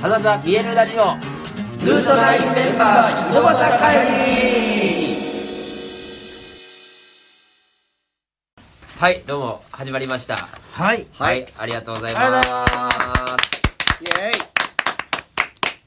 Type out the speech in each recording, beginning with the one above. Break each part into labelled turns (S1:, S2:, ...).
S1: サザザビエルラジオ
S2: ルートナインメンバー井戸端会議
S1: はいどうも始まりました
S3: はい
S1: は
S2: はいい、
S1: ありがとうござい
S3: あり
S1: ま
S3: が
S1: す
S3: とうござい
S2: イエ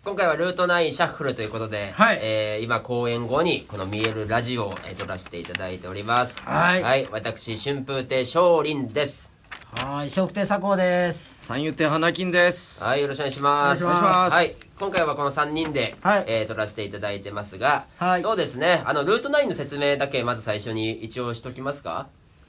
S1: 今回はルートナインシャッフルということで、
S3: はい
S1: えー今公演後にこの「見えるラジオ」をえー撮らせていただいております
S3: はい
S1: 私春風亭松林です
S3: はい食亭佐藤です
S2: 三遊亭花金です
S1: はいよろしくお願いします
S3: お願いします
S1: はい、今回はこの3人で、
S3: はい
S1: えー撮らせていただいてますが、
S3: はい
S1: そうですねあのルートナインの説明だけまず最初に一応しときますか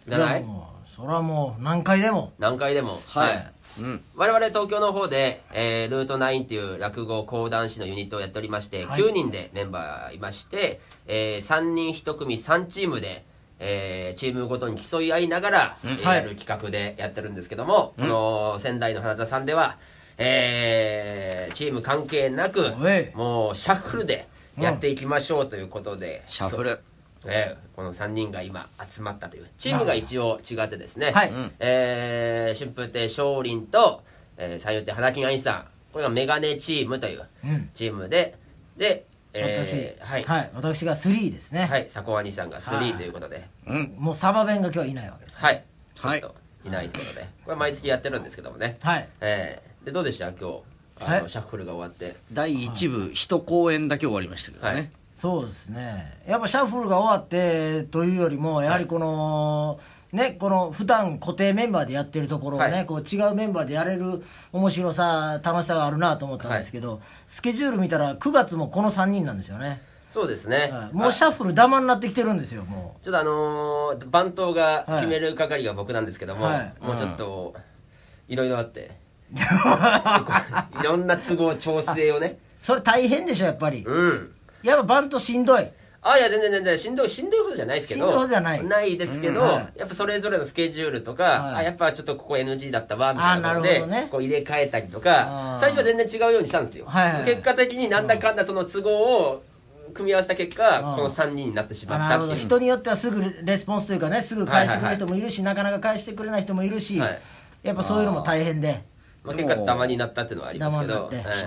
S1: じゃない
S3: やもうそれはもう何回でも
S1: 何回でも
S2: はいうん
S1: 我々東京の方で、えールート9っていう落語講談師のユニットをやっておりまして、
S3: はい
S1: 9人でメンバーいまして、え3人1組3チームで、えーチームごとに競い合いながら、えー
S3: はい
S1: やる企画でやってるんですけども、この仙台の花座さんでは、えーチーム関係なく
S3: おい
S1: もうシャッフルでやっていきましょうということで、
S2: シャッフル
S1: えーこの3人が今集まったというチームが一応違ってですね、
S3: はい
S1: えー春風亭松林と、えー三遊亭花金愛さんこれがメガネチームという
S3: うん
S1: チームで、で、えー
S3: 私
S1: はい、は
S3: はいい私が3ですね
S1: 佐古兄さんが
S3: はい
S1: 3ということで
S2: うん
S3: もうサバ弁が今日はいないわけです
S1: はい、
S2: はい
S1: ちょっといないということでこれ毎月やってるんですけどもね、
S3: はい
S1: えーでどうでした今日あの、
S3: はい
S1: シャッフルが終わって
S2: 第一部一公演だけ終わりましたけど
S1: は
S2: ね
S1: い
S3: そうですねやっぱシャッフルが終わってというよりもやはりこの、ねこの普段固定メンバーでやってるところをね、
S1: はい
S3: こう違うメンバーでやれる面白さ楽しさがあるなと思ったんですけど、スケジュール見たら9月もこの3人なんですよね、
S1: そうですね、
S3: はいもうシャッフルダマになってきてるんですよもう
S1: ちょっとあのー番頭が決める係が僕なんですけども、
S3: はい
S1: もうちょっと、いろいろあ って、いろんな都合調整をね、
S3: それ大変でしょやっぱり、
S1: うん。
S3: やっぱバントしんどい
S1: あいや全然全然しんどいしんどいことじゃないですけど
S3: しんどいことじゃない
S1: ですけど、
S3: うんはい
S1: やっぱそれぞれのスケジュールとか、
S3: は
S1: あ
S3: い
S1: やっぱちょっとここ NG だったわみたいなの
S3: あ
S1: で
S3: なるほどね
S1: こう入れ替えたりとか
S3: あー
S1: 最初は全然違うようにしたんですよ、
S3: はいはいはい
S1: 結果的になんだかんだその都合を組み合わせた結果、
S3: うん
S1: この3人になってしま
S3: あ
S1: っ
S3: な
S1: た
S3: るほ
S1: って
S3: ど
S1: いう
S3: 人によってはすぐレスポンスというかねすぐ返してくれる人もいるし、なかなか返してくれない人もいるし、
S1: はい
S3: やっぱそういうのも大変で
S1: まあ、結果ダマになったっていうのはありますけど
S3: ダマになって
S1: はい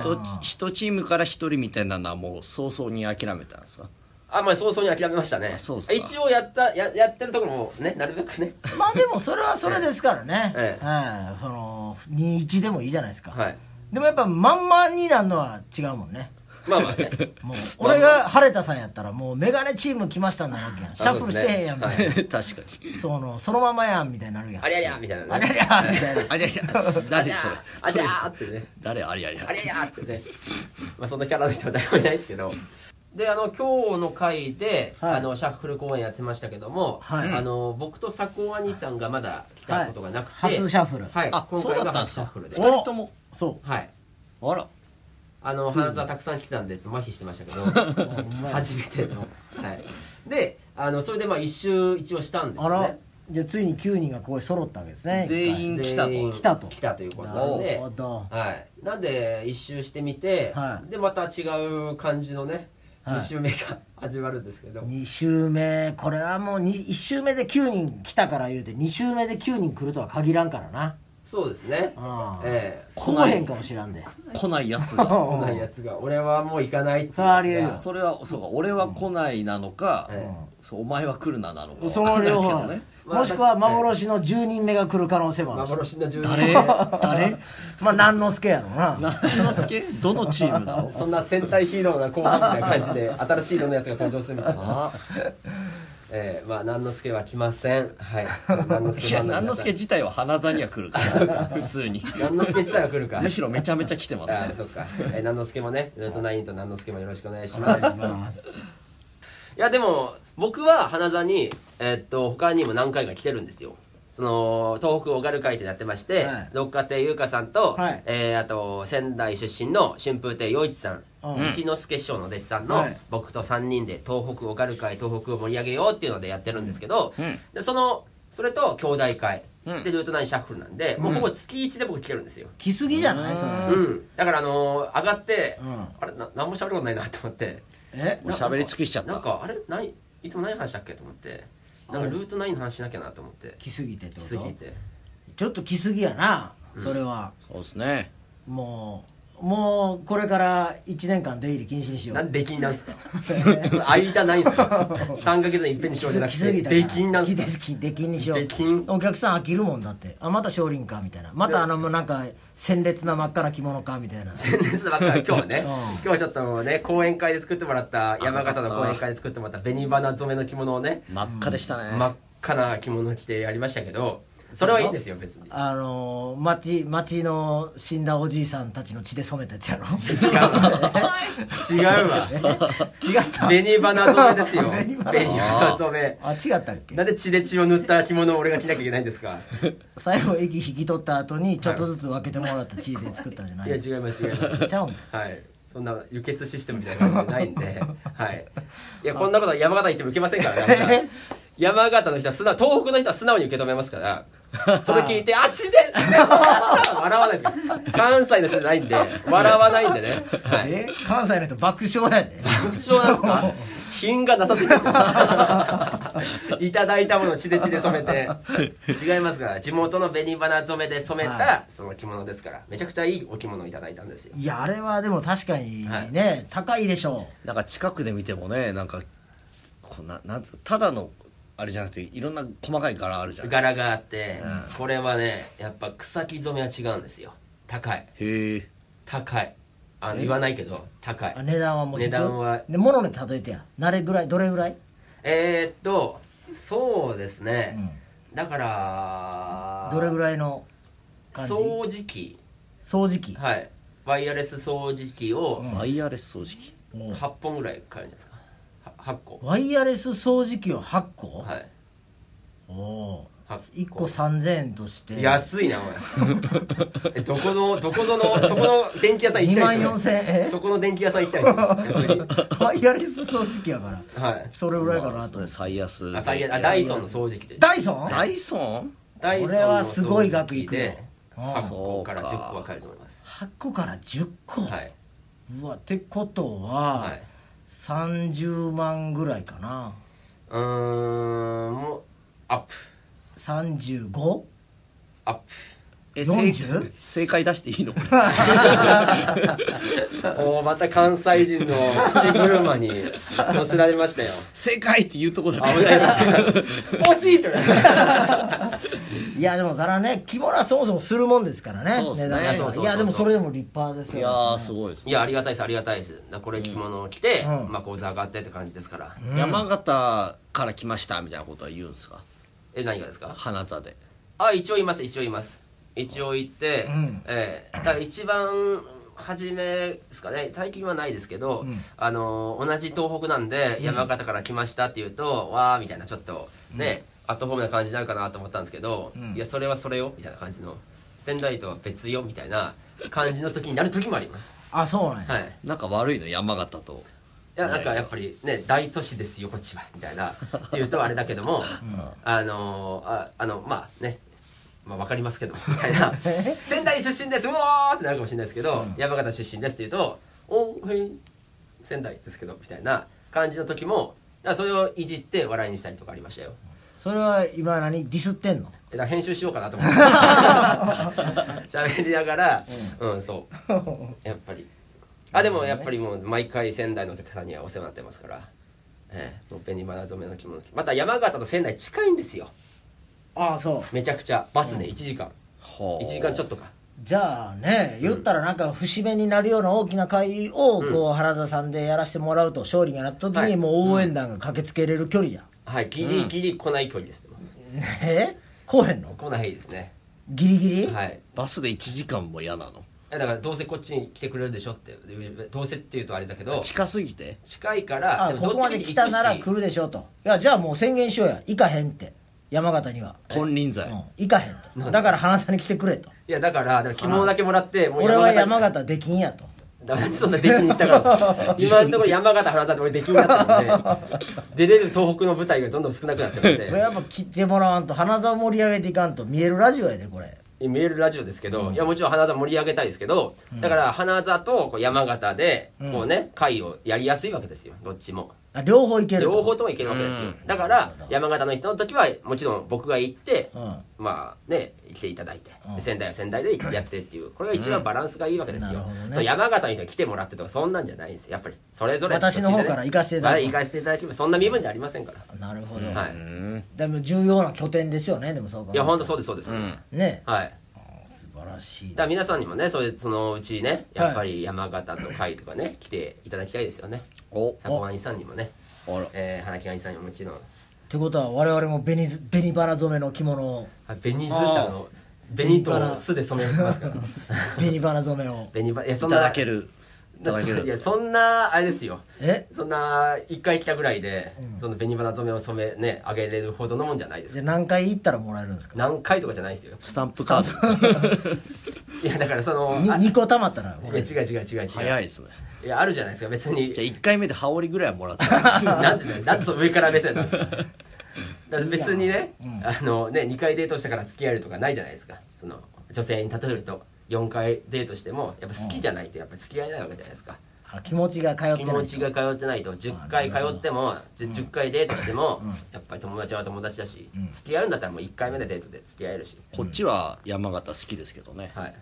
S2: 一一チームから一人みたいなのはもう早々に諦めたんです か
S1: あまあ早々に諦めましたね
S2: あそうっすか
S1: 一応やったややってるところもねなるべくね
S3: まあでもそれはそれですからね、
S1: ええ
S3: はいその21でもいいじゃないですか、
S1: はい
S3: でもやっぱまんまになるのは違うもんね
S1: まあまあね
S3: もう俺が晴れたさんやったらもうメガネチーム来ましたんだわけやんシャッフルしてへんやんみたい
S2: 確かに
S3: なそのそのままやんみたいになるやん
S1: ありゃりゃみたいなね
S3: ありゃりゃみたいな
S2: ありゃりゃ
S1: あ
S2: 誰
S1: りゃ
S2: それ
S1: ありゃ
S2: そ
S1: ー
S2: れ
S1: ってね
S2: 誰ありゃりゃ
S1: ありゃりゃーってねまあそんなキャラの人は誰もいないですけどであの今日の回で、
S3: はい
S1: あのシャッフル公演やってましたけども、
S3: はい
S1: あの僕と佐久兄さんがまだ来たことがなくて、
S3: はい初シャッフル
S1: はい
S2: あ
S1: 今
S2: そう
S1: 回
S2: だった
S1: が
S2: んで
S1: 初
S2: す
S1: シャッ
S2: か
S1: フルで
S2: 二人とも
S3: そ
S1: はい
S2: あら
S1: あの花澤たくさん来てたんでちょっと麻痺してましたけ ど初めての、はい、であのそれでまあ一周一応したんです
S3: うあ
S1: よ
S3: ら
S1: ね
S3: じゃあついに9人がここに揃ったわけですね
S2: 全員来たと
S1: 全員
S3: 来たと
S1: 来たということ
S3: な
S1: なん
S3: る
S1: で
S3: ほど
S1: はい、なんで一周してみて、
S3: はい
S1: でまた違う感じのね、
S3: はい
S1: 2周目が始まるんですけど
S3: 2週目これはもう1週目で9人来たから言うて2週目で9人来るとは限らんからな
S1: そうですね
S3: ああ
S1: ええ
S3: 来へんかもしらんで
S2: 来ないやつ が
S1: 来ないやつが俺はもう行かないって
S3: それはありえ
S1: や
S3: る
S1: つが
S2: それはそうか俺は来ないなのか、
S1: え
S2: そうお前は来るななのか
S3: そ
S2: わか
S3: の
S2: んないで
S3: 両
S2: すけ
S3: 方
S2: どね
S3: もしくは幻の10人目が来る可能性もあるし
S1: 幻の住人
S2: 誰誰
S3: まあ何之助やろうな
S2: 何之助どのチームだろう
S1: そんな戦隊ヒーローな後半みたいな感 じで新しい色のやつが登場するみたいな、
S2: あ
S1: ええまあ南之助は来ませんはい南之助
S2: いや何之助自体は花座には来るから普通 に
S1: 南之助自体は来るか
S2: むしろめちゃめちゃ来てます
S1: あ
S2: ね
S1: あそっか、えー、南之助もねルートナインと南之助もよろしくお願いしますいやでも僕は花座にえーっと他にも何回か来てるんですよその東北オガル会ってやってまして、
S3: はい
S1: 六花亭優香さんと、
S3: はい
S1: えーあと仙台出身の春風亭陽一さん、
S3: うん
S1: 一之輔師匠の弟子さんの、
S3: はい
S1: 僕と3人で東北オガル会東北を盛り上げようっていうのでやってるんですけど、でそのそれと兄弟会、でルートナインシャッフルなんで、もうほぼ月1で僕来てるんですよ
S3: 来すぎじゃないそれ
S1: うん、だからあのー上がって、
S3: うん
S1: あれな何も喋ることないなと思って
S3: え
S2: もう喋り尽くしちゃった
S1: なんかあれ何いつも何話したっけと思ってなんかルート9の話しなきゃなと思って
S3: 来すぎてって
S1: 来
S3: こ
S1: すぎ
S3: と
S1: て
S3: ちょっと来すぎやなそれは
S2: そうですね
S3: もうもうこれから1年間出入り禁止にしよ
S1: な
S3: うん
S1: で禁なんすか間ないんすか3ヶ月にいっぺんにしようじゃなく
S3: きす
S1: て
S3: ぎたから
S1: 出禁なんすか
S3: きすぎ出禁にしよ
S1: 出禁
S3: うお客さん飽きるもんだってあまた少林かみたいなまたあのもうなんか鮮烈な真っ赤な着物かみたいな
S1: 先日ばっかり今日はね今日はちょっともうね講演会で作ってもらった山形の講演会で作ってもらった紅花染めの着物をね
S4: 真っ赤でしたね、
S1: 真っ赤な着物着てやりましたけどそれはいいんですよ別に
S3: あのー町町の死んだおじいさんたちの血で染めたやつやろ
S1: 違うわ違う わ
S3: 違った
S1: 紅花染めですよ
S3: 紅
S1: 紅
S3: 花
S1: 花染め
S3: あ違ったっけ
S1: なんで血で血を塗った着物を俺が着なきゃいけないんですか
S3: 最後駅引き取った後にちょっとずつ分けてもらった血で作ったんじゃない
S1: いや違います違います
S3: ちゃうん
S1: はいそんな輸血システムみたいな感じないんではいいやこんなこと山形行っても受けませんからね山形の人は素直東北の人は素直に受け止めますからそれ聞いて「あっちですね」笑わないですから関西の人じゃないんで笑わないんでね、はい、
S3: え関西の人爆笑やで
S1: 爆笑なんですか品がなさすぎてしまういただいたものを血で血で染めて違いますから地元の紅花染めで染め
S3: は
S1: たその着物ですからめちゃくちゃいいお着物をいただいたんですよ
S3: いやあれはでも確かにね、高いでしょ
S4: なんか近くで見てもねなんかこんななんつうただのあれじゃなくていろんな細かい柄あるじゃんへ
S1: 柄があって、これはねやっぱ草木染めは違うんですよ高い
S4: え
S1: 高いあの言わないけど高
S3: う
S1: い
S3: 値段はもう
S1: 値段は
S3: で物に例えてや慣れぐらいどれぐらい
S1: えー、っとそうですね、だから
S3: どれぐ
S1: い
S3: らいの感じ
S1: 掃除機
S3: 掃除機
S1: はいワイヤレス掃除機を
S4: ワイヤレス掃除機
S1: 8本ぐらい買えるんですかは8個
S3: ワイヤレス掃除機を8個、
S1: はい
S3: おお
S1: 八
S3: 1個3000円として
S1: 安いなお前えどこのどこぞのそこの電気屋さん行き
S3: 2
S1: たい
S3: 万
S1: っすね
S3: 4000円 え
S1: そこの電気屋さん行きたいです逆に
S3: ワイヤレス掃除機やから
S1: はい
S3: それぐらいかなと
S4: まあ最安
S1: あ最悪あダイソンの掃除機で
S3: ダイソン
S4: ダイソン
S1: ダイソンの掃除機で
S3: これはすごい額いくよ
S1: 8
S4: そ
S1: 個
S4: うか
S1: から10個は買えると思います
S3: 8個から10個、
S1: はい、
S3: うわってことは、
S1: はい、
S3: 30万ぐらいかな
S1: うーんもうアップ
S3: 35?
S1: アッ プ
S4: え正
S3: 40
S4: 正解出してい いのこれ
S1: おーまた関西人の口車 に乗せられましたよ
S4: 正解って言うとこだ
S1: 危ない惜しいと
S3: いやでもそれはね着物はそもそもするもんですからね
S4: そうっすね
S3: 値段が
S4: そ
S1: そうそ
S4: う
S1: うそう
S3: いやでもそれでも立派です
S4: い
S3: よ
S4: やーすごいです
S1: いやありがたいですありがたいですなこれ着物を着て、
S3: うん
S1: まあ、講座上がってって感じですから、
S4: 山形から来ましたみたいなことは言うんですか
S1: え何がですか
S4: 花座で
S1: あ一応います一応います一応行って、ええだから一番初めですかね最近はないですけど、あの同じ東北なんで山形から来ましたっていうと、わーみたいなちょっとね、アットホームな感じになるかなと思ったんですけど、いやそれはそれよみたいな感じの仙台とは別よみたいな感じの時になる時もあります
S3: あそうなんや、
S1: はい
S4: なんか悪いの山形と
S1: いやなんかやっぱりね大都市ですよこっちはみたいなっていうとあれだけども、あのーああのまあねまあわかりますけどみたい な仙台出身ですうわーってなるかもしれないですけど、山形出身ですっていうと「おーへい仙台ですけど」みたいな感じの時もだからそれをいじって笑いにしたりとかありましたよ
S3: それは今何ディスってんの
S1: えだから編集しようかなと思って 喋りながらうん、そう やっぱりあでもやっぱりもう毎回仙台のお客さんにはお世話になってますからええもう紅花染めの着物着また山形と仙台近いんですよ
S3: ああそう
S1: めちゃくちゃバスで1時間、
S4: は
S1: 1時間ちょっとか
S3: じゃあね言ったらなんか節目になるような大きな会をこう原田さんでやらせてもらうと勝利がなった時
S1: は
S3: に
S1: い
S3: もう応援団が駆けつけれる距離や、
S1: はいギリギリ来ない距離です、でも
S3: ん、え来へんの
S1: 来ないですね
S3: ギリギリ、
S1: はい
S4: バスで1時間も嫌なの
S1: えだからどうせこっちに来てくれるでしょってどうせっていうとあれだけど
S4: 近すぎて
S1: 近いから
S3: あ
S1: でも
S3: ここ
S1: ど
S3: ま
S1: っ
S3: で
S1: ちみ
S3: 来
S1: ち行
S3: た
S1: くし
S3: なら来るでしょうといやじゃあもう宣言しようや行かへんって山形には、
S4: 金輪際
S3: うん、行かへんとだから花さんに来てくれと
S1: いやだからだから着物だけもらっても
S3: 俺は山
S1: に
S3: 形できんやと
S1: だからそんな出禁にしたから です今のところ山形花田って俺出禁になってるんで出れる東北の舞台がどんどん少なくなってるん
S3: それ
S1: で
S3: やっぱ来てもらわんと花座を盛り上げていかんと見えるラジオやでこれ
S1: 見えるラジオですけど、いやもちろん花座盛り上げたいですけどだから花座とこう山形でこうね、会をやりやすいわけですよどっちも
S3: ああ両方いけると
S1: 両方とも行けるわけですよだから山形の人の時はもちろん僕が行って、
S3: うん
S1: まあね来ていただいて、
S3: うん
S1: 仙台は仙台でやってっていうこれが一番バランスがいいわけですよ、
S3: なるほどね
S1: そう山形の人に来てもらってとかそんなんじゃないんですよやっぱりそれぞれ
S3: 私の方から行かせていた
S1: だ
S3: だ
S1: き
S3: き
S1: 行
S3: ま
S1: かせていただきますそんな身分じゃありませんから、
S3: なるほど、
S1: はい
S4: うん
S3: でも重要な拠点ですよねでもそうか
S1: いや本当そうですそうですそうです、
S3: ね
S1: はい
S3: 素晴らしい
S1: だから皆さんにもねそれそのうちねやっぱり山形と甲斐とかね来ていただきたいですよね
S4: お
S1: サコワニさんにもね
S4: あら
S1: えー、花木兄さんにももちろん
S3: ってことは我々も紅ず紅花染めの着物を
S1: あ紅酢ってあの紅と酢で染めます から
S3: 紅花染めを
S1: 紅ばいやそん
S4: いた
S1: な
S4: だけるいただけ
S1: いや
S4: る
S1: そんなあれですよ
S3: え
S1: そんな一回来たぐらいで、その紅花染めを染めねあげれるほどのもんじゃないです
S3: じ
S1: よ
S3: ゃあ何回行ったらもらえるんですか
S1: 何回とかじゃないですよ
S4: スタンプカード
S1: いやだからそのあい
S3: 2, 個たまったら
S1: や違う違う違う違う
S4: 早いですね
S1: いやあるじゃないですか別に
S4: じゃあ1回目で羽織ぐらいはもらったんで す
S1: なんでねなんでその上から目線なんですかだから別にね、あのね2回デートしたから付き合えるとかないじゃないですかその女性に例えると4回デートしてもやっぱ好きじゃないとやっぱ付き合えないわけじゃないですか、
S3: あ気持ちが通ってな
S1: 気
S3: い
S1: 持ちが通ってないと10回通ってもじゅ 10, 回デートしても、やっぱり友達は友達だし、付き合うんだったらもう1回目でデートで付き合えるし、
S4: こっちは山形好きですけどね
S1: はい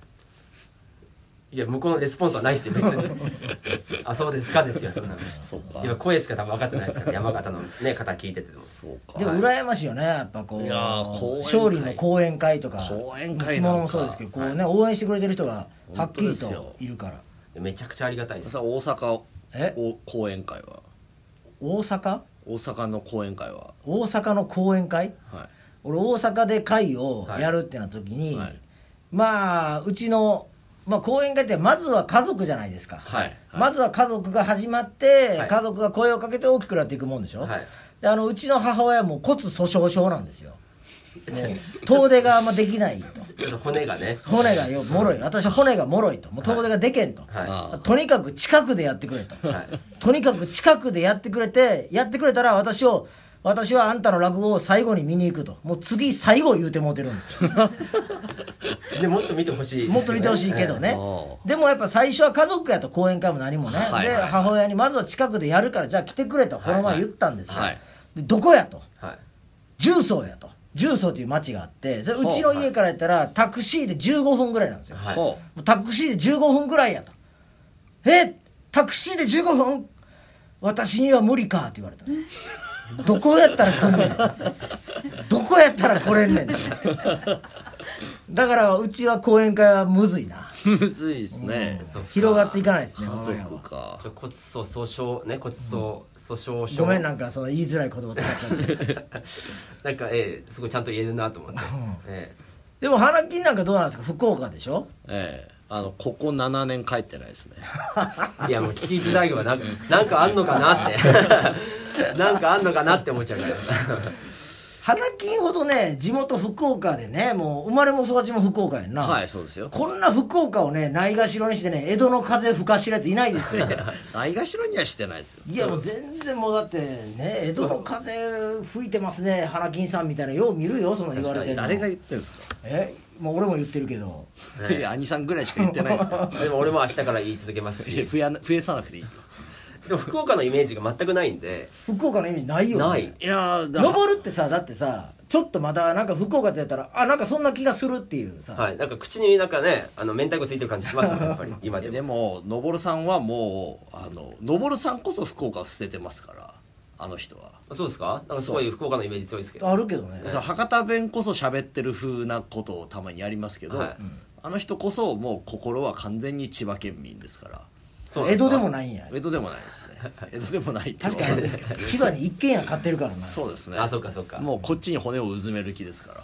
S1: いや向こうのレスポンスはないですよ別に あそうですかですよそんなの
S4: そうか
S1: 今声しか多分分かってないですから山形の、ね、方聞いてても
S4: そうか
S3: でも羨ましいよねやっぱこう
S4: いやー講演会
S3: 勝利の講演会とか
S4: 講演会なんか
S3: 着物もそうですけどこうね応援してくれてる人がはっき
S4: 本当で
S3: り
S4: すよ
S3: といるから
S1: めちゃくちゃありがたいです
S4: さあ大阪
S3: え
S4: お講演会は
S3: 大阪
S4: 大阪の講演会は
S3: 大阪の講演会
S4: は
S3: 俺大阪で会をやるってなった時に、
S4: はいはい
S3: まあうちの、まあ、講演会ってまずは家族じゃないですか、
S4: はいはい
S3: まずは家族が始まって、
S1: はい
S3: 家族が声をかけて大きくなっていくもんでしょ、
S1: はい
S3: であのうちの母親も骨粗しょう症なん ですよもう遠出があんまできないと
S1: ちょっと骨がね
S3: 骨がよもろい私は骨がもろいともう遠出がでけんと、
S1: はい
S4: あ
S3: とにかく近くでやってくれと、
S1: はい
S3: とにかく近くでやってくれてやってくれたら私を私はあんたの落語を最後に見に行くともう次最後言うてもうてるんですよ
S1: でもっと見てほしいですよね
S3: もっと見てほしいけどね、
S4: は
S3: でもやっぱ最初は家族やと講演会も何もね、
S4: はいはい
S3: で母親にまずは近くでやるからじゃあ来てくれとこの前言ったんですよ、
S4: はい
S3: でどこやと
S1: はい
S3: 重曹やと重曹という町があってそれうちの家からやったらタクシーで15分ぐらいなんですよ、
S1: はい
S4: ほ
S3: もうタクシーで15分ぐらいやとえタクシーで15分私には無理かって言われたどこやったら来んねんどこやったら来れんねんだからうちは講演会はむずいな
S4: うむずいですね
S1: そう
S3: 広がっていかないですね
S4: 家
S3: 我が家
S4: 族
S3: は
S4: か
S1: ちょ骨粗鬆症ね骨粗粗鬆症
S3: ごめんなんかその言いづらい言葉使っちゃって
S1: なんかええすごいちゃんと言えるなと思って、え
S3: でも花金なんかどうなんですか福岡でしょ
S4: ええあのここ7年帰ってな いですね
S1: えいやもう聞きづらいわなんかなんかあんのかなって なんかあんのかなって思っちゃうから
S3: 花金ほどね地元福岡でねもう生まれも育ちも福岡やんな
S4: はいそうですよ
S3: こんな福岡をねないがしろにしてね江戸の風吹かしてるやついないですよ
S4: ないがしろにはしてないですよ
S3: いやもう全然もうだってね江戸の風吹いてますね花金さんみたいなよう見るよその言われてるの
S4: 誰が言ってんですか
S3: えもう俺も言ってるけど
S4: いや兄さんぐらいしか言ってないです よ
S1: でも俺も明日から言い続けます
S4: いや
S1: し
S4: 増やな増やさなくていいよ
S1: でも福岡のイメージが全くないんで
S3: 福岡のイメージないよね
S1: ない
S4: いやーだから
S3: 登るってさだってさちょっとまたなんか福岡ってやったらあなんかそんな気がするっていうさ、
S1: はいなんか口になんかねあの明 太子ついてる感じしますねやっぱり今
S4: い
S1: で
S4: や
S1: も
S4: でものぼるさんはもうあののぼるさんこそ福岡を捨ててますからあの人は、
S1: そうですかなんかすごい福岡のイメージ強いですけど
S3: あるけどね
S4: そう博多弁こそ喋ってる風なことをたまにやりますけど、
S1: はい
S4: あの人こそもう心は完全に千葉県民ですから
S1: そうなん
S3: 江
S1: すか
S3: 戸でもないんや
S4: 江戸でもないですね江戸でもないって
S3: 確
S4: こと
S3: かに
S4: ですけど
S3: 千葉に一軒家買ってるからな
S4: そうですね
S1: あそうかそうか
S4: もうこっちに骨をうずめる気ですから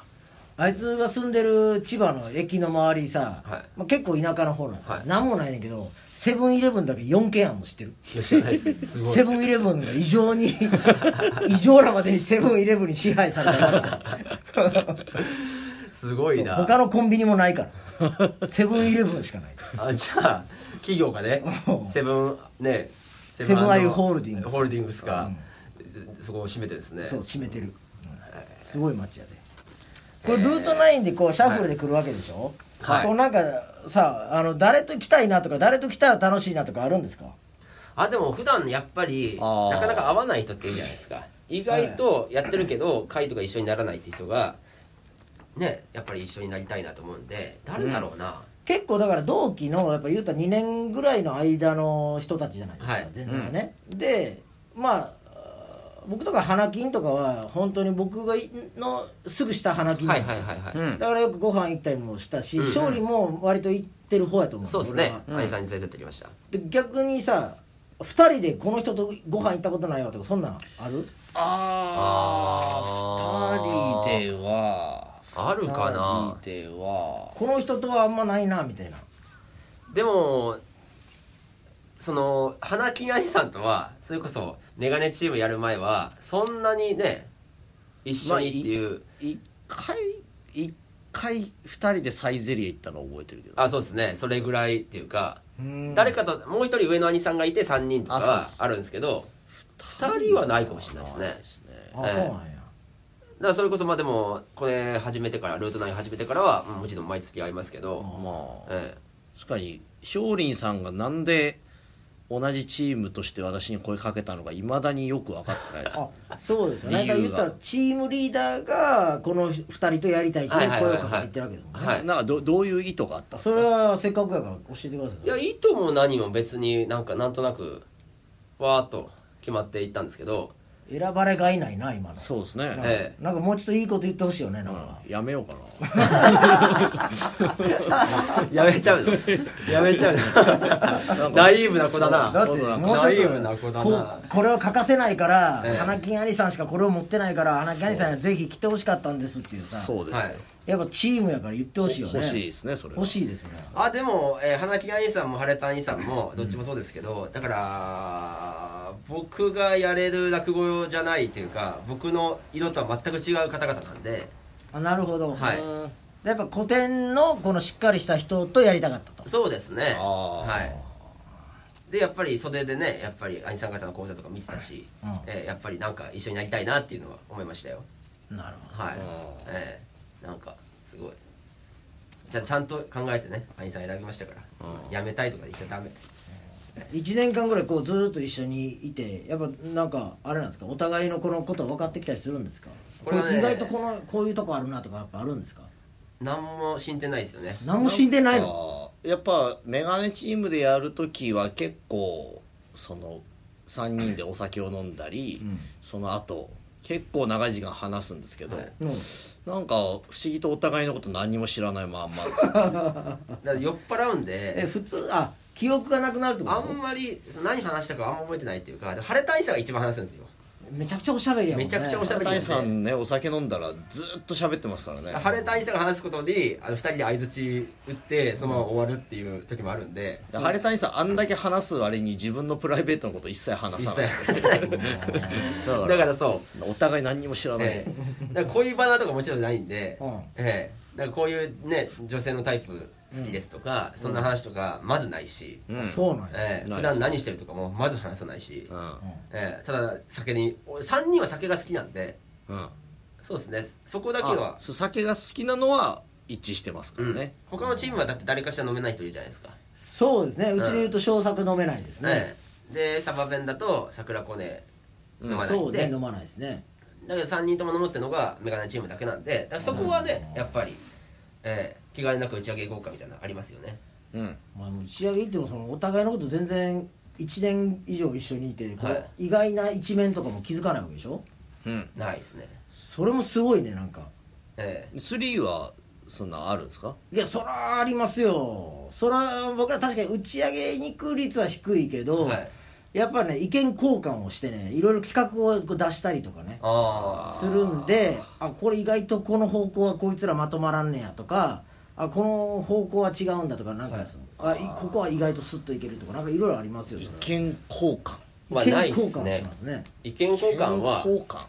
S3: あいつが住んでる千葉の駅の周りさ、
S1: はい
S3: まあ、結構田舎の方なんですよ、
S1: はい
S3: なんもないねんけどセブンイレブンだけ4軒あんの知ってる
S1: いや知らないですす ごい
S3: セブンイレブンが異 常に異常なまでにセブンイレブンに支配されてる
S1: すごいな
S3: 他のコンビニもないからセブンイレブンしかない
S1: あじゃあ企業がね
S3: うん
S1: セブンねセ
S3: セブンアイホールディングス
S1: ホールディングスか、そこを閉めてですね
S3: そう閉めてる、すごい街やでこれルートナインでこうシャッフルで来るわけでしょ、
S1: はい
S3: こうなんかさあの誰と来たいなとか誰と来たら楽しいなとかあるんですか
S1: あでも普段やっぱり
S4: あー
S1: なかなか会わない人っているじゃないですか意外とやってるけど会とか一緒にならないって人がねやっぱり一緒になりたいなと思うんで誰だろうな、
S3: 結構だから同期のやっぱ言うたら2年ぐらいの間の人たちじゃないですか、
S1: はい
S3: 全然ね、でまああー僕とか花金とかは本当に僕がいのすぐ下花金な
S1: は
S3: ん
S1: い
S3: ですよ
S1: はいはいはい、
S4: うん
S3: だからよくご飯行ったりもしたし、
S1: うんうん
S3: 勝利も割と行ってる方やと思う
S1: そうですね
S3: 俺は
S1: あゆさんに連れてってきました
S3: で逆にさ2人でこの人とご飯行ったことないわとかそんなんある
S4: あ
S1: あ
S4: あ
S1: ー
S4: 二人では
S1: あるかな
S4: 二人では
S3: この人とはあんまないなみたいな
S1: でもその花木愛さんとはそれこそメガネチームやる前はそんなにね一緒にっていう、
S4: 一回一回二人でサイゼリヤ行ったの覚えてるけど
S1: あそうですねそれぐらいっていうか
S3: うん
S1: 誰かともう一人上の兄さんがいて3人とか
S4: あそう
S1: は
S4: です
S1: あるんですけど2人はないかもしれないですね
S4: な
S1: だ
S4: い
S1: か
S4: ですね
S3: あそうなんや、
S1: らそれこそまあでもこれ始めてからルート9始めてからはうんもちろん毎月会いますけど、
S4: まあ
S1: ええ
S4: 確かに松林さんがなんで同じチームとして私に声かけたのかいまだによく分かってないです
S3: あそうですよね
S4: 理
S3: だから
S4: 由が
S3: 言ったらチームリーダーがこの2人とやりたいって
S1: は
S3: 声
S1: いはいはいは
S3: を
S1: い
S3: かけて言ってるわけですもんね、
S1: はい
S4: なんかどどういう意図があったんで
S3: そ
S4: すか
S3: れはせっかくやから教えてください
S1: いやいいとも何も別になんかなんとなくわーっと決まっていったんですけど
S3: 選ばれがいないな今の
S4: そうですね、
S3: なんか
S1: え
S3: なんかもうちょっといいこと言ってほしいよねなんか、
S4: やめようかな
S1: やめち ゃうのやめちゃうのナイーブな子だ
S3: だ
S1: な
S3: って
S4: なんか
S3: もう
S1: ナイ
S3: ちょ
S1: ー
S3: っ
S1: ブな子
S3: と
S1: だ
S3: こ
S1: な
S3: うこれは欠かせないから、
S1: ええ
S3: 花金アリさんしかこれを持ってないから花金アリさんにはぜひ来てほしかったんですっていうさ
S4: そうですよ、
S3: やっぱチームやから言ってほしいよね
S4: 欲しいですねそれは
S3: 欲しいですよね
S1: あでも、えー、花木兄さんも晴れた兄さんもどっちもそうですけど、だから僕がやれる落語じゃないというか僕の色とは全く違う方々なんで
S3: あなるほど、
S1: はい
S4: うん
S3: やっぱ古典のこのしっかりした人とやりたかったと
S1: そうですね
S4: あー
S1: はいでやっぱり袖でねやっぱり兄さん方の講座とか見てたし、
S3: うん
S1: えーやっぱりなんか一緒になりたいなっていうのは思いましたよ
S3: なるほど
S1: はい
S4: うん、
S1: えーなんかすごいじゃあちゃんと考えてね兄さん選びましたから、やめたいとか言っちゃダメ
S3: 1年間ぐらいこうずーっと一緒にいてやっぱなんかあれなんですかお互いのこのこと分かってきたりするんですか
S1: こ
S3: こ,、
S1: れは
S3: い
S1: ね
S3: つ意外とこのこういうとこあるなとかやっぱあるんですか
S1: 何も進展ないですよね
S3: 何も死んでないの
S4: あーやっぱメガネチームでやるときは結構その3人でお酒を飲んだり、その後結構長い時間話すんですけど、
S1: はい
S3: うん
S4: なんか不思議とお互いのこと何にも知らないまんまです
S1: だ
S4: ね
S1: から酔っ払うん
S3: え
S1: で
S3: 普通あ記憶がなくなるってこ
S1: あ
S3: と
S1: んまり何話したかあんま覚えてないっていうかで晴れた兄さんが一番話すんですよ
S3: めちゃくちゃおしゃべりやもんね
S1: めちゃくちゃおしゃべり
S4: 大さんねお酒飲んだらずっと喋ってますからね
S1: 晴れた兄さんが話すことであの2人で相づち打ってそのまま終わるっていう時もあるんで
S4: で晴れ谷さんあんだけ話す割に自分のプライベートのこと一切話
S1: 一
S4: さ
S1: 切
S4: ない
S1: 話さない
S4: だか ら
S1: だからそう
S4: お互い何にも知らない、
S1: ええだから恋バナとかもちろんないんで、
S3: うん
S1: ええだからこういうね女性のタイプ好きですとか、そんな話とかまずないし、
S4: うん
S3: そうなんや、
S1: ええ
S4: ない
S1: 普段何してるとかもまず話さないし、
S4: うん
S1: ええただ酒に3人は酒が好きなんで
S4: うん
S1: そうですねそこだけ
S4: あ
S1: は
S4: そう酒が好きなのは一致してますからね、
S1: うん、他のチームはだって誰かしら飲めない人いるじゃないですか、
S3: そうですねうちで言うと小作飲めないですね
S1: ね、でサバ弁だと桜子ね飲まない
S3: そ
S1: ん
S3: う
S1: で、
S3: ね飲まないですね
S1: だけど3人とも飲むってのがメガネチームだけなんでだからそこはね、やっぱり、えー、気兼ねなく打ち上げ行こうかみたいなのありますよね
S4: うん
S3: まあ、打ち上げ行ってもそのお互いのこと全然1年以上一緒にいて、こう
S1: はい
S3: 意外な一面とかも気づかないわけでしょ
S4: うん
S1: ないですね
S3: それもすごいねなんか
S1: え
S4: 3はそんなんあるんですか
S3: いやそらありますよそら僕ら確かに打ち上げに行く率は低いけど、
S1: はい
S3: やっぱね意見交換をしてねいろいろ企画をこう出したりとかね
S1: ー、あ
S3: するんであこれ意外とこの方向はこいつらまとまらんねやとかあこの方向は違うんだとかなんか、
S1: はい
S3: あいここは意外とスッといけるとかなんかいろいろありますよ
S4: 意
S3: それは
S4: 見交換
S1: あまあ
S3: 意見
S1: ないっす
S3: 交換をし
S1: ね
S3: ますね
S1: 意見交換は
S4: 意見交換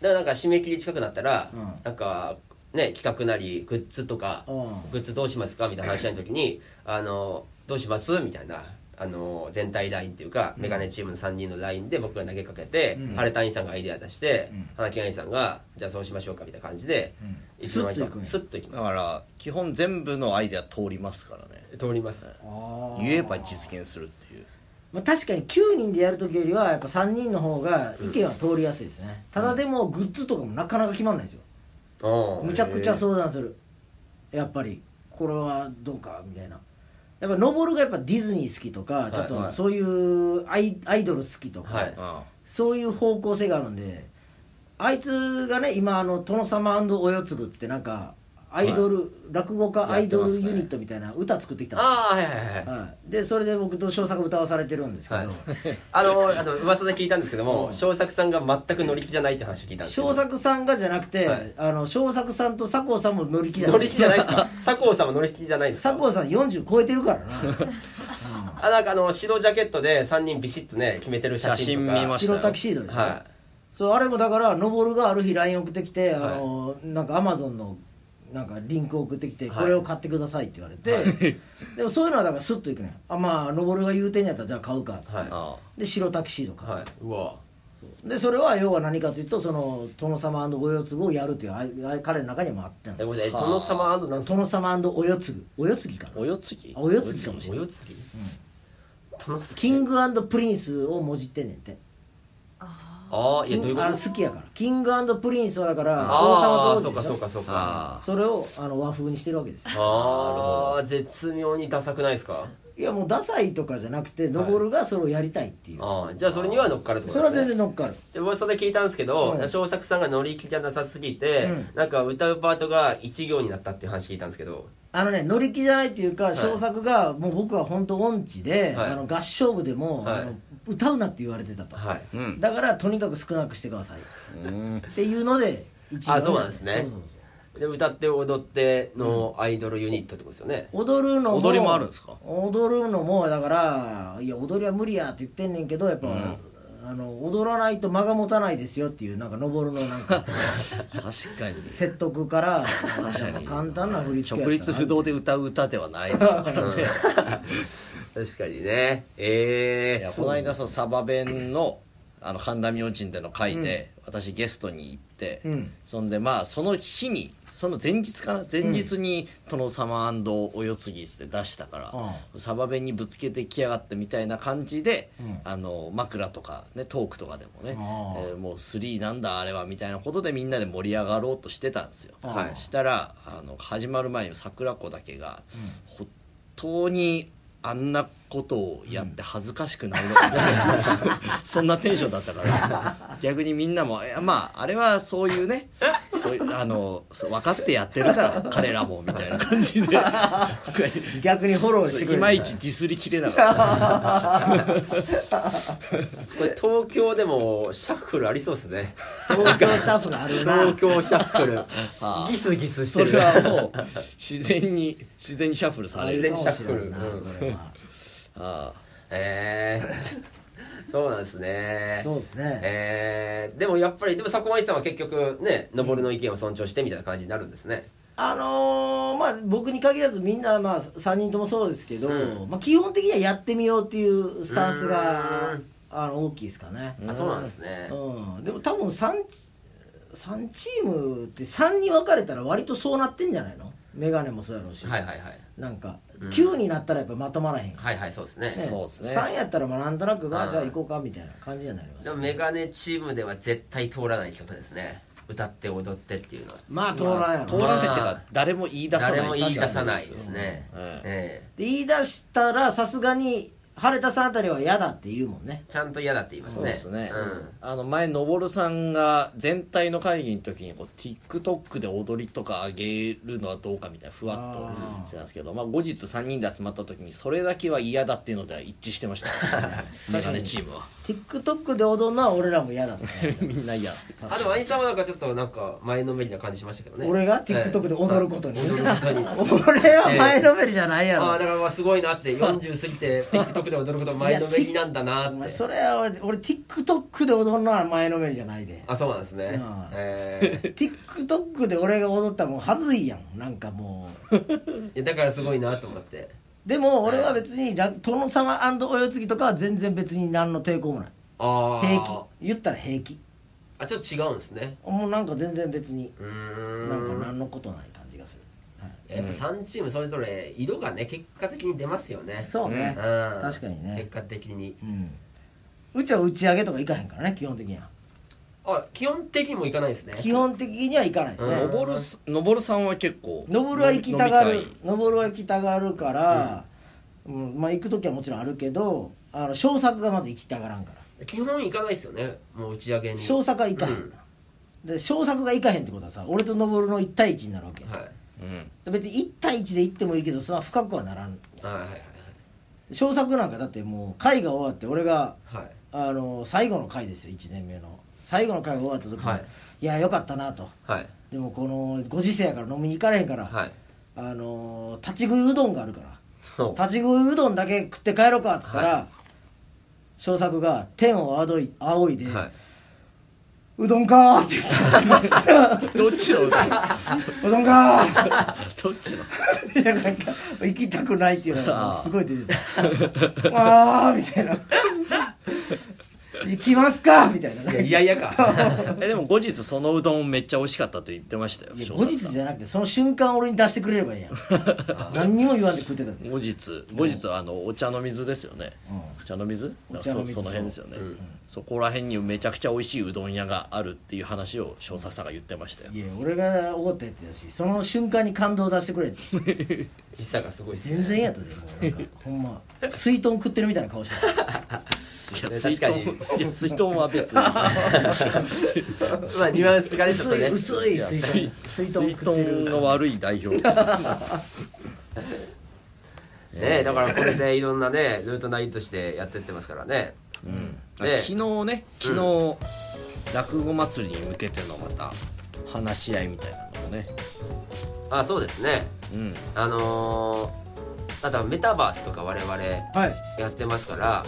S1: だからなんか締め切り近くなったら、
S3: うん
S1: なんかね企画なりグッズとか、
S3: うん
S1: グッズどうしますかみたいな話し合いの時に「あのどうします?」みたいなあの全体 LINE っていうか、メガネチームの3人の LINE で僕が投げかけて、晴れた員さんがアイデア出して、花木兄さんが「じゃあそうしましょうか」みたいな感じで、いつの間に
S3: ス
S1: かスッ
S3: ッと行くんや
S1: といき
S4: だ
S1: ま
S4: から基本全部のアイデア通りますからね
S1: す通ります
S3: あー
S4: 言えば実現するっていう
S3: まあ、確かに9人でやる時よりはやっぱ3人の方が意見は通りやすいですね、ただでもグッズとかもなかなか決まんないですよ、
S1: うん
S3: むちゃくちゃ相談するやっぱりこれはどうかみたいなやっぱ登るがやっぱディズニー好きとか、
S1: い
S3: ちょっ
S4: は
S3: と
S4: い
S3: そういうアイアイドル好きとか、
S1: はい
S4: あ
S3: そういう方向性があるんであいつがね今あの殿様およつぐってなんかアイドル、落語家アイドルユニットみたいな歌作ってきたんですよ
S1: ああはいはいはい
S3: はい、でそれで僕と小作歌わされてるんですけど、
S1: はい、 あのあの噂で聞いたんですけども翔作さんが全く乗り気じゃないって話を聞いたんですけど
S3: 小作さんがじゃなくて、
S1: はい
S3: あの小作さんと佐藤さんも乗り気じゃな
S1: 乗
S3: い
S1: り気じゃないですか佐藤さんも乗り気じゃないんですか
S3: 佐藤さん40超えて るからな
S1: あなんかあの白ジャケットで3人ビシッとね決めてる写真とか
S4: 写真見まし
S3: 白タキシードでしょ、
S1: は
S3: そうあれもだから登るがある日 LINE 送ってきて、あのなんかアマゾンのなんかリンク送ってきて、
S1: はい
S3: これを買ってくださいって言われて、でもそういうのはだからスッといくねあまあ登るが言うてんやったらじゃあ買うかっつって、
S1: はい
S4: あ
S3: で白タキシード買う、
S1: はい、うわ
S3: でそれは要は何かというとその殿様およつぐをやるっていうああ彼の中にもあったん
S1: え
S3: です
S1: ごめんなさい殿様なんですか
S3: 殿様およつぐおよつぎかな
S4: およつぎ
S3: あおよつぎかもし
S1: お
S3: れない
S1: よつぎ、殿様
S3: キングプリンスをもじってんねんて
S1: ああいやどういうこ
S3: あの
S1: と
S3: 好きやからキングプリンスはだから
S1: ああ
S3: 王様
S1: そ
S3: と
S1: う
S3: 王
S1: か
S3: 子でし
S1: そう
S3: ょ
S1: かそうか
S4: ああ
S3: それをあの和風にしてるわけですよ
S1: ああ絶妙にダサくないですか
S3: いやもうダサいとかじゃなくて登るがそれをやりたいっていう、
S1: ああじゃあそれには乗っかるってこ
S3: そ
S1: と
S3: れ
S1: で
S3: は
S1: すね
S3: 全然乗っかる
S1: で噂で聞いたんですけど
S3: うん
S1: 翔作さんが乗り気じゃなさすぎて、
S3: うん
S1: なんか歌うパートが一行になったっていう話聞いたんですけど
S3: あのね乗り気じゃないっていうか小作がもう僕は本当音痴で、
S1: はい
S3: あの合唱部でも、
S1: はい
S3: あの歌うなって言われてたと、
S1: はい
S4: うん
S3: だからとにかく少なくしてくださいっ
S4: うん
S3: ていうので一応
S1: あそうなんですね
S3: そうそう
S1: で歌って踊ってのアイドルユニットってことですよね、
S3: そう踊るのも
S4: 踊りもあるんですか
S3: 踊るのもだからいや踊りは無理やって言ってんねんけどやっぱ、あの踊らないと間が持たないですよっていうなんか登るのなん か
S4: 確かに
S3: 説得から
S4: 確かに
S3: 簡単な振り付けや
S4: 直
S3: った
S4: 立不動で歌う歌ではないでしょうからね
S1: 確かにね
S4: い
S1: え
S4: やこの間そのサバ弁のあの神田明神での会で、私ゲストに行って、
S3: うん
S4: そんでまあその日にその前日かな前日に「殿様お世継ぎ」って出したから、サバ弁にぶつけてきやがったみたいな感じで、あの枕とか、ね、トークとかでもね
S3: あ
S4: 「えーもう3なんだあれは」みたいなことでみんなで盛り上がろうとしてたんですよ。
S1: はい
S4: したらあの始まる前に桜子だけが、本当にあんなことをやって恥ずかしくないのかみたいな、そんなテンションだったから逆にみんなもいやまああれはそういうねそういうあのそう分かってやってるから彼らもみたいな感じで
S3: 逆にフォローしてくれ
S4: い
S3: る
S4: まいちディスりきれな かっ
S1: これ東京でもシャッフルありそうですね
S3: 東京シャッフルあるな
S1: 東京シャッフル
S4: あ
S1: ギスギス
S4: た
S1: し
S4: そ
S1: てる
S4: れはもう自然に自然にシャッフルされ
S1: 自
S4: る
S1: 然シャッフル
S3: な
S1: うん
S3: これは
S4: あ
S1: えー、そうなんですね
S3: そうですね
S1: えー、でもやっぱりでも佐久間一さんは結局ね登るの意見を尊重してみたいな感じになるんですね
S3: あのーまあ僕に限らずみんなまあ3人ともそうですけど、まあ、基本的にはやってみようっていうスタンス
S1: う
S3: が
S1: ん
S3: あの大きいですかね、
S1: あそうなんですね
S3: うん、でも多分 3, 3チームって3に分かれたら割とそうなってんじゃないのメガネもそうやろうし、
S1: はいはいはい
S3: なんか9になったらやっぱまとまらへん、
S1: はいはいそうですね
S4: そうですね
S3: 3やったらまあなんとなくま
S1: う
S3: あ
S1: ん
S3: じゃあ行こうかみたいな感じになります
S1: でもメガネチームでは絶対通らない曲ですね歌って踊ってっていうのは
S3: まあ通
S4: あ、
S3: らんや
S4: 通
S3: ろ
S4: らないっていうか誰も言い出さない
S1: 誰も言い出さないですね
S4: うん
S1: ええ
S3: で言い出したらさすがに晴れたさんあたりは嫌だって言うもんね
S1: ちゃんと嫌だって言います
S4: そう
S1: ね
S4: ですね、
S1: うん
S4: あの前のぼるさんが全体の会議の時にこう TikTok で踊りとか上げるのはどうかみたいなふわっとしてたんですけどまあ、後日3人で集まった時にそれだけは嫌だっていうのでは一致してましたメガネチームは
S3: TikTok で踊るのは俺らも嫌 だって
S4: みんな嫌
S1: あでも兄さんはなんかちょっとなんか前のめりな感じしましたけどね
S3: 俺が TikTok で踊ることに、
S1: ええ踊ること に
S3: 俺は前のめりじゃないや
S1: ああだ
S3: ろ、
S1: からまあすごいなって40過ぎて TikTok で踊ること前のめりなんだな
S3: お前
S1: って
S3: それは俺俺 TikTok で踊るのは前のめりじゃな いで
S1: あそうなんですね
S3: うん
S1: ええ
S3: TikTok で俺が踊ったらもうはずいやんなんかもう
S1: いやだからすごいなと思って
S3: でも俺は別にラ殿様お世継ぎとかは全然別に何の抵抗もない
S1: ああ
S3: 平気言ったら平気
S1: あちょっと違うんですね
S3: もうなんか全然別に
S1: うーん
S3: なんか何のことない感じがする、はい
S1: いやっぱ3チームそれぞれ色がね結果的に出ますよね
S3: そうね
S1: う、ん
S3: 確かにね
S1: 結果的に
S3: うん、うちは打ち上げとか行かへんからね基本的には
S1: あ基本的にもいかないですね
S3: 基本的には行かないですね、
S1: うん
S4: 登るす登るさんは結構
S3: 登るは行きたがる
S4: 飲み
S3: 登るは行きたがるから、うんまあ行く時はもちろんあるけどあの小作がまず行きたがらんから
S1: 基本いかないですよねもう打ち上げに
S3: 小作は行かへん、
S1: うん
S3: で小作が行かへんってことはさ俺と登るの1対1になるわけ、
S1: はい
S4: たいうん
S3: で別に1対1で行ってもいいけどそんな深くはならん
S1: はいはい
S3: 小作なんかだってもう会が終わって俺が
S1: はいはい
S3: あの最後の回ですよ1年目の最後の回が終わった時に、
S1: はい
S3: い、やよかったなと
S1: はい
S3: でもこのご時世やから飲みに行かれへんから、
S1: はい
S3: あの立ち食いうどんがあるから
S1: そう
S3: 立ち食いうどんだけ食って帰ろうかっつったら、
S1: は
S3: 小作が「天を仰い仰いで、
S1: はいう
S3: どんか」って言った
S4: どっちの歌
S3: うどんかーっ
S4: どっちの
S3: ていやなんか行きたくないっていうの
S4: あ
S3: が
S4: ー
S3: すごい出てたあーみたいな「行きますか」みたいなね
S1: いやいやいやか
S4: えでも後日そのうどんめっちゃ美味しかったと言ってましたよ
S3: いや
S4: 翔
S3: 後
S4: さん
S3: 日じゃなくてその瞬間俺に出してくれればいいやん 何にも言わんで食ってたんで
S4: 後日後日あのお茶の水ですよね、
S3: う
S4: お茶の水
S3: お
S4: だ
S3: 茶
S4: か
S3: の
S4: らそ
S3: 水
S4: その辺ですよね、そこら辺にめちゃくちゃ美味しいうどん屋があるっていう話を翔作さんが言ってましたよ
S3: いや俺が怒ったやつやしその瞬間に感動出してくれって
S1: 時差がすごいですね
S3: 全然やったでもうなんかほんま水豚食ってるみたいな顔してた
S4: いや
S1: 確
S4: 水
S1: か
S4: 筒
S1: に
S4: いや水筒は別に
S1: まあニュアンスがねちょっと
S3: 薄
S1: ね
S3: い薄い
S4: いや
S3: 水
S4: 水
S3: 豚水
S4: 水
S3: 豚
S4: 筒
S3: 食ってる
S4: の悪い代表
S1: ねだからこれでいろんなねルートナインとしてやってってますからねええ
S4: 昨日ね昨日、落語祭りに向けてのまた話し合いみたいなのもね
S1: あそうですね
S4: うん
S1: あのー、あとはメタバースとか我々
S3: はい
S1: やってますから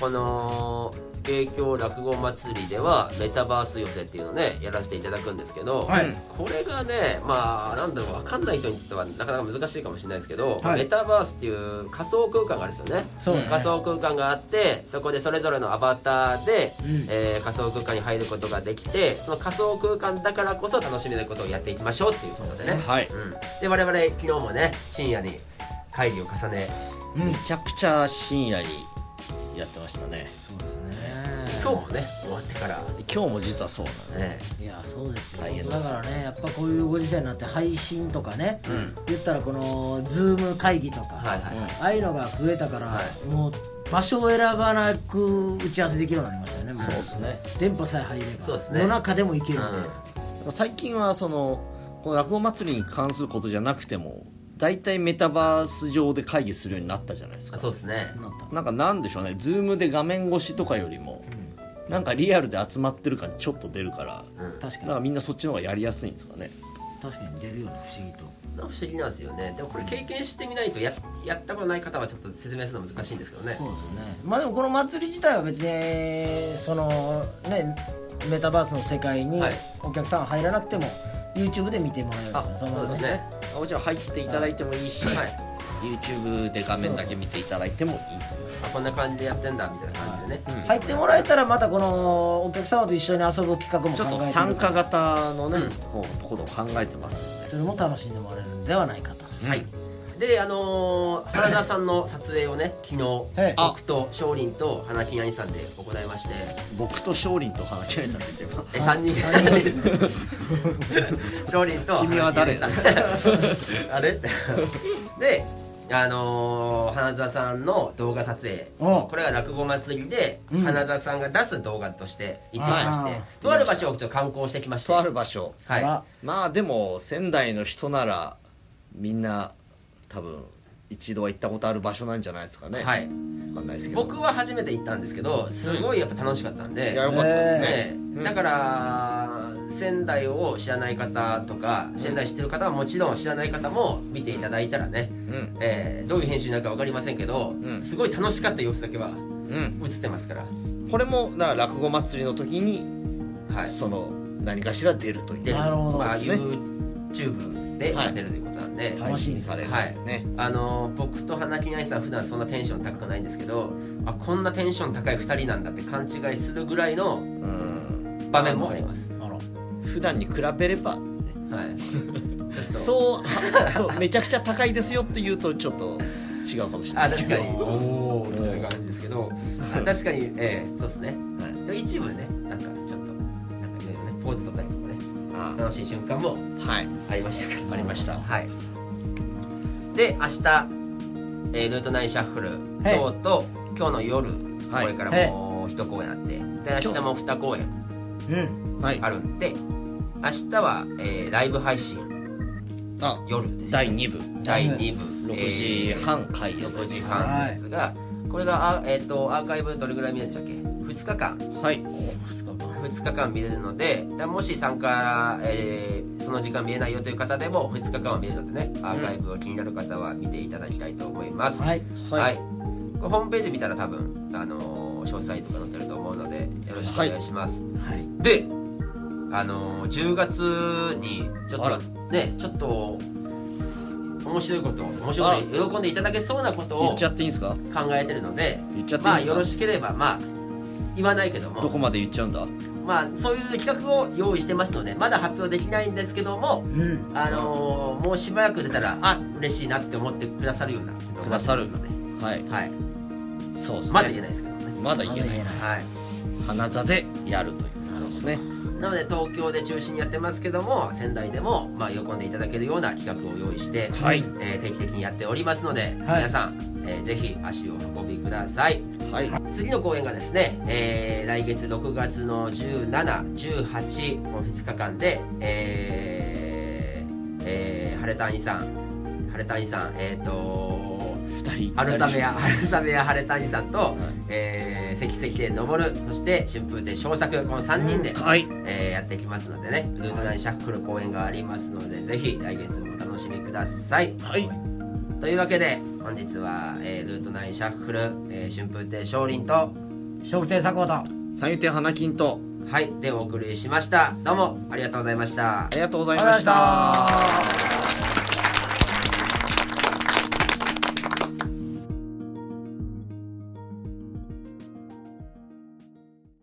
S1: この芸協落語祭りではメタバース寄せっていうのをねやらせていただくんですけど、
S3: はい
S1: これがねまあなんだろう分かんない人にとってはなかなか難しいかもしれないですけど、
S3: はい
S1: メタバースっていう仮想空間があるんですよね
S3: そうね
S1: 仮想空間があってそこでそれぞれのアバターで、
S3: うん
S1: えー仮想空間に入ることができてその仮想空間だからこそ楽しめることをやっていきましょうっていうことでね、
S4: はい
S1: うん、で我々昨日もね深夜に会議を重ね
S4: めちゃくちゃ深夜にやってましたね
S3: そうですね
S1: 今日もね終わってから
S4: 今日も実はそうなんです、
S1: ね
S3: いやそうですよ
S4: 大変で
S3: だ
S4: す
S3: からねやっぱこういうご時世になって配信とかね、言ったらこのズーム会議とか、
S1: はいはい、
S4: うん
S3: ああいうのが増えたから、
S1: は
S3: もう場所を選ばなく打ち合わせできるようになりましたよねも
S4: そうですね
S3: 電波さえ入れば
S1: そうですね
S3: 夜中でも行けるんで、
S1: うん
S4: 最近はそのこの落語祭りに関することじゃなくても大体メタバース上で会議するようになったじゃないです
S1: あ
S4: か
S1: そうですね
S3: なった
S4: なんかなんでしょうねズームで画面越しとかよりも、なんかリアルで集まってる感ちょっと出るから、
S3: 確
S4: な
S3: か
S4: んか
S3: に
S4: みんなそっちの方がやりやすいんですかね
S3: 確かに出るよね不思議と
S1: 不思議なんですよねでもこれ経験してみないとややったことない方はちょっと説明するの難しいんですけどね
S3: そうですねまあでもこの祭り自体は別にそのねメタバースの世界に
S1: はい
S3: お客さんは入らなくても YouTube で見てもらえるんですよね
S4: あ
S3: そのまま
S1: そうですね
S4: もちろん入っていただいてもいいし、
S1: はい
S4: YouTube で画面だけ見ていただいてもいいという
S1: あこんな感じでやってんだみたいな感じでね、
S3: 入ってもらえたらまたこのお客様と一緒に遊ぶ企画も考えて
S4: ちょっと
S3: る
S4: 参加型のね、
S1: うん
S4: こうところを考えてますよね
S3: それも楽しんでもらえるんではないかと
S4: はい
S1: であのー花田さんの撮影をね昨日、
S3: い
S1: 僕と松林と花金兄さんで行いまして
S4: 僕と松林と花木愛さんって言って
S1: え3人 松林と
S4: 君は誰
S1: 花金兄さん あれ ってであのー花澤さんの動画撮影
S3: お
S1: これが落語祭りで、
S3: うん
S1: 花澤さんが出す動画として行ってきまして
S3: はい
S1: とある場所をちょっと観光してきまして
S4: とある場所
S1: はい
S3: あ
S4: まあでも仙台の人ならみんな多分一度は行ったことある場所なんじゃないですかね
S1: はい
S4: 分かんないですけど
S1: 僕は初めて行ったんですけどすごいやっぱ楽しかったんで、
S4: いやよかったですね
S1: ね
S4: うん
S1: だから仙台を知らない方とか仙台知ってる方はもちろん知らない方も見ていただいたらね、
S4: うん
S1: えーどういう編集になるか分かりませんけど、
S4: ん
S1: すごい楽しかった様子だけは
S4: うん
S1: 映ってますからは
S4: これもだから落語祭りの時に、
S1: い
S4: その何かしら出るという
S1: 出る
S3: なるほど
S1: まあ、
S4: ですね
S1: YouTube で
S4: はい
S1: 出るということなんで、
S4: 配信される
S1: はい
S4: ね、
S1: あのー僕と花木愛さん普段そんなテンション高くないんですけどあこんなテンション高い2人なんだって勘違いするぐらいの
S4: うん
S1: 場面もあります、
S3: あら
S4: 普段に比べればね
S1: はい、
S4: そうはそうめちゃくちゃ高いですよって言うとちょっと違うかもしれな
S1: あ
S4: いけ
S1: 確
S4: ど
S1: かにおおみたいな感じですけどあ確かにええそうですね
S4: はい
S1: でも一部ねなんかちょっとなんかいろいろねポーズ取ったりとかね
S4: あ
S1: 楽しい瞬間も
S4: はい
S1: ありましたから
S4: ありました
S1: はいで明日、えー、ヌートナインシャッフル
S3: はい
S1: 今日と今日の夜、
S4: はい
S1: これからもう一公演あってで明日も二公演
S3: うん
S4: はい
S1: あるんで明日は、えーライブ配信
S4: あ
S1: 夜です
S4: 第2部
S1: 第2部
S4: 6時半開演
S1: 6時半のやつが、これがあ、えー、とアーカイブどれぐらい見れるんでしたっけ2日間
S4: はい
S1: 2日間見れるのでだからもし参加、えーその時間見れないよという方でも2日間は見れるのでねアーカイブを気になる方は見ていただきたいと思います
S3: はい
S1: はい、
S4: はい
S1: これホームページ見たら多分、あのー詳細とか載ってると思うのでよろしくお願いします、
S3: はい
S1: で、あのー10月にちょっ
S4: あら
S1: とねちょっと面白いこと面
S4: あ
S1: 白いこと喜んでいただけそうなこと
S4: 言
S1: を
S4: っちゃっていいんですか
S1: 考えてるので
S4: 言っちゃっていい
S1: ま
S4: ん
S1: あ
S4: です
S1: よ
S4: か
S1: ろしければまあ言わないけども
S4: どこまで言っちゃうんだ
S1: まあ、そういう企画を用意してますのでまだ発表できないんですけども、
S3: うん
S1: あのーもうしばらく出たらあ嬉しいなって思ってくださるようなこと
S4: くださる
S1: になって
S4: はい
S1: ますので、はい、
S4: そうですね
S1: まだ言えないですけどね、
S4: まだ言えない
S1: はい、
S4: 花座でやるということですね
S1: なので東京で中心にやってますけども仙台でも、まあ、喜んでいただけるような企画を用意して、
S4: はい
S1: えー定期的にやっておりますので、
S3: はい
S1: 皆さん、えーぜひ足をお運びください
S4: はい
S1: 次の公演がですね、えー来月6月の1718この2日間で、えーえー晴れた兄さん晴れた兄さんえっ、と
S4: 2人
S1: 春雨屋
S4: 二人
S1: 春雨屋晴れた兄さんと、えー、関関で登るそして春風亭昇作この3人で、
S4: はい
S1: えーやってきますのでねルートナインシャッフル公演がありますのでぜひ来月もお楽しみください
S4: はい
S1: というわけで本日は、えールートナインシャッフル、えー春風亭昇林と
S3: 食亭迫田
S4: 三遊亭花金と
S1: はいでお送りしましたどうもありがとうございました
S4: ありがとうございました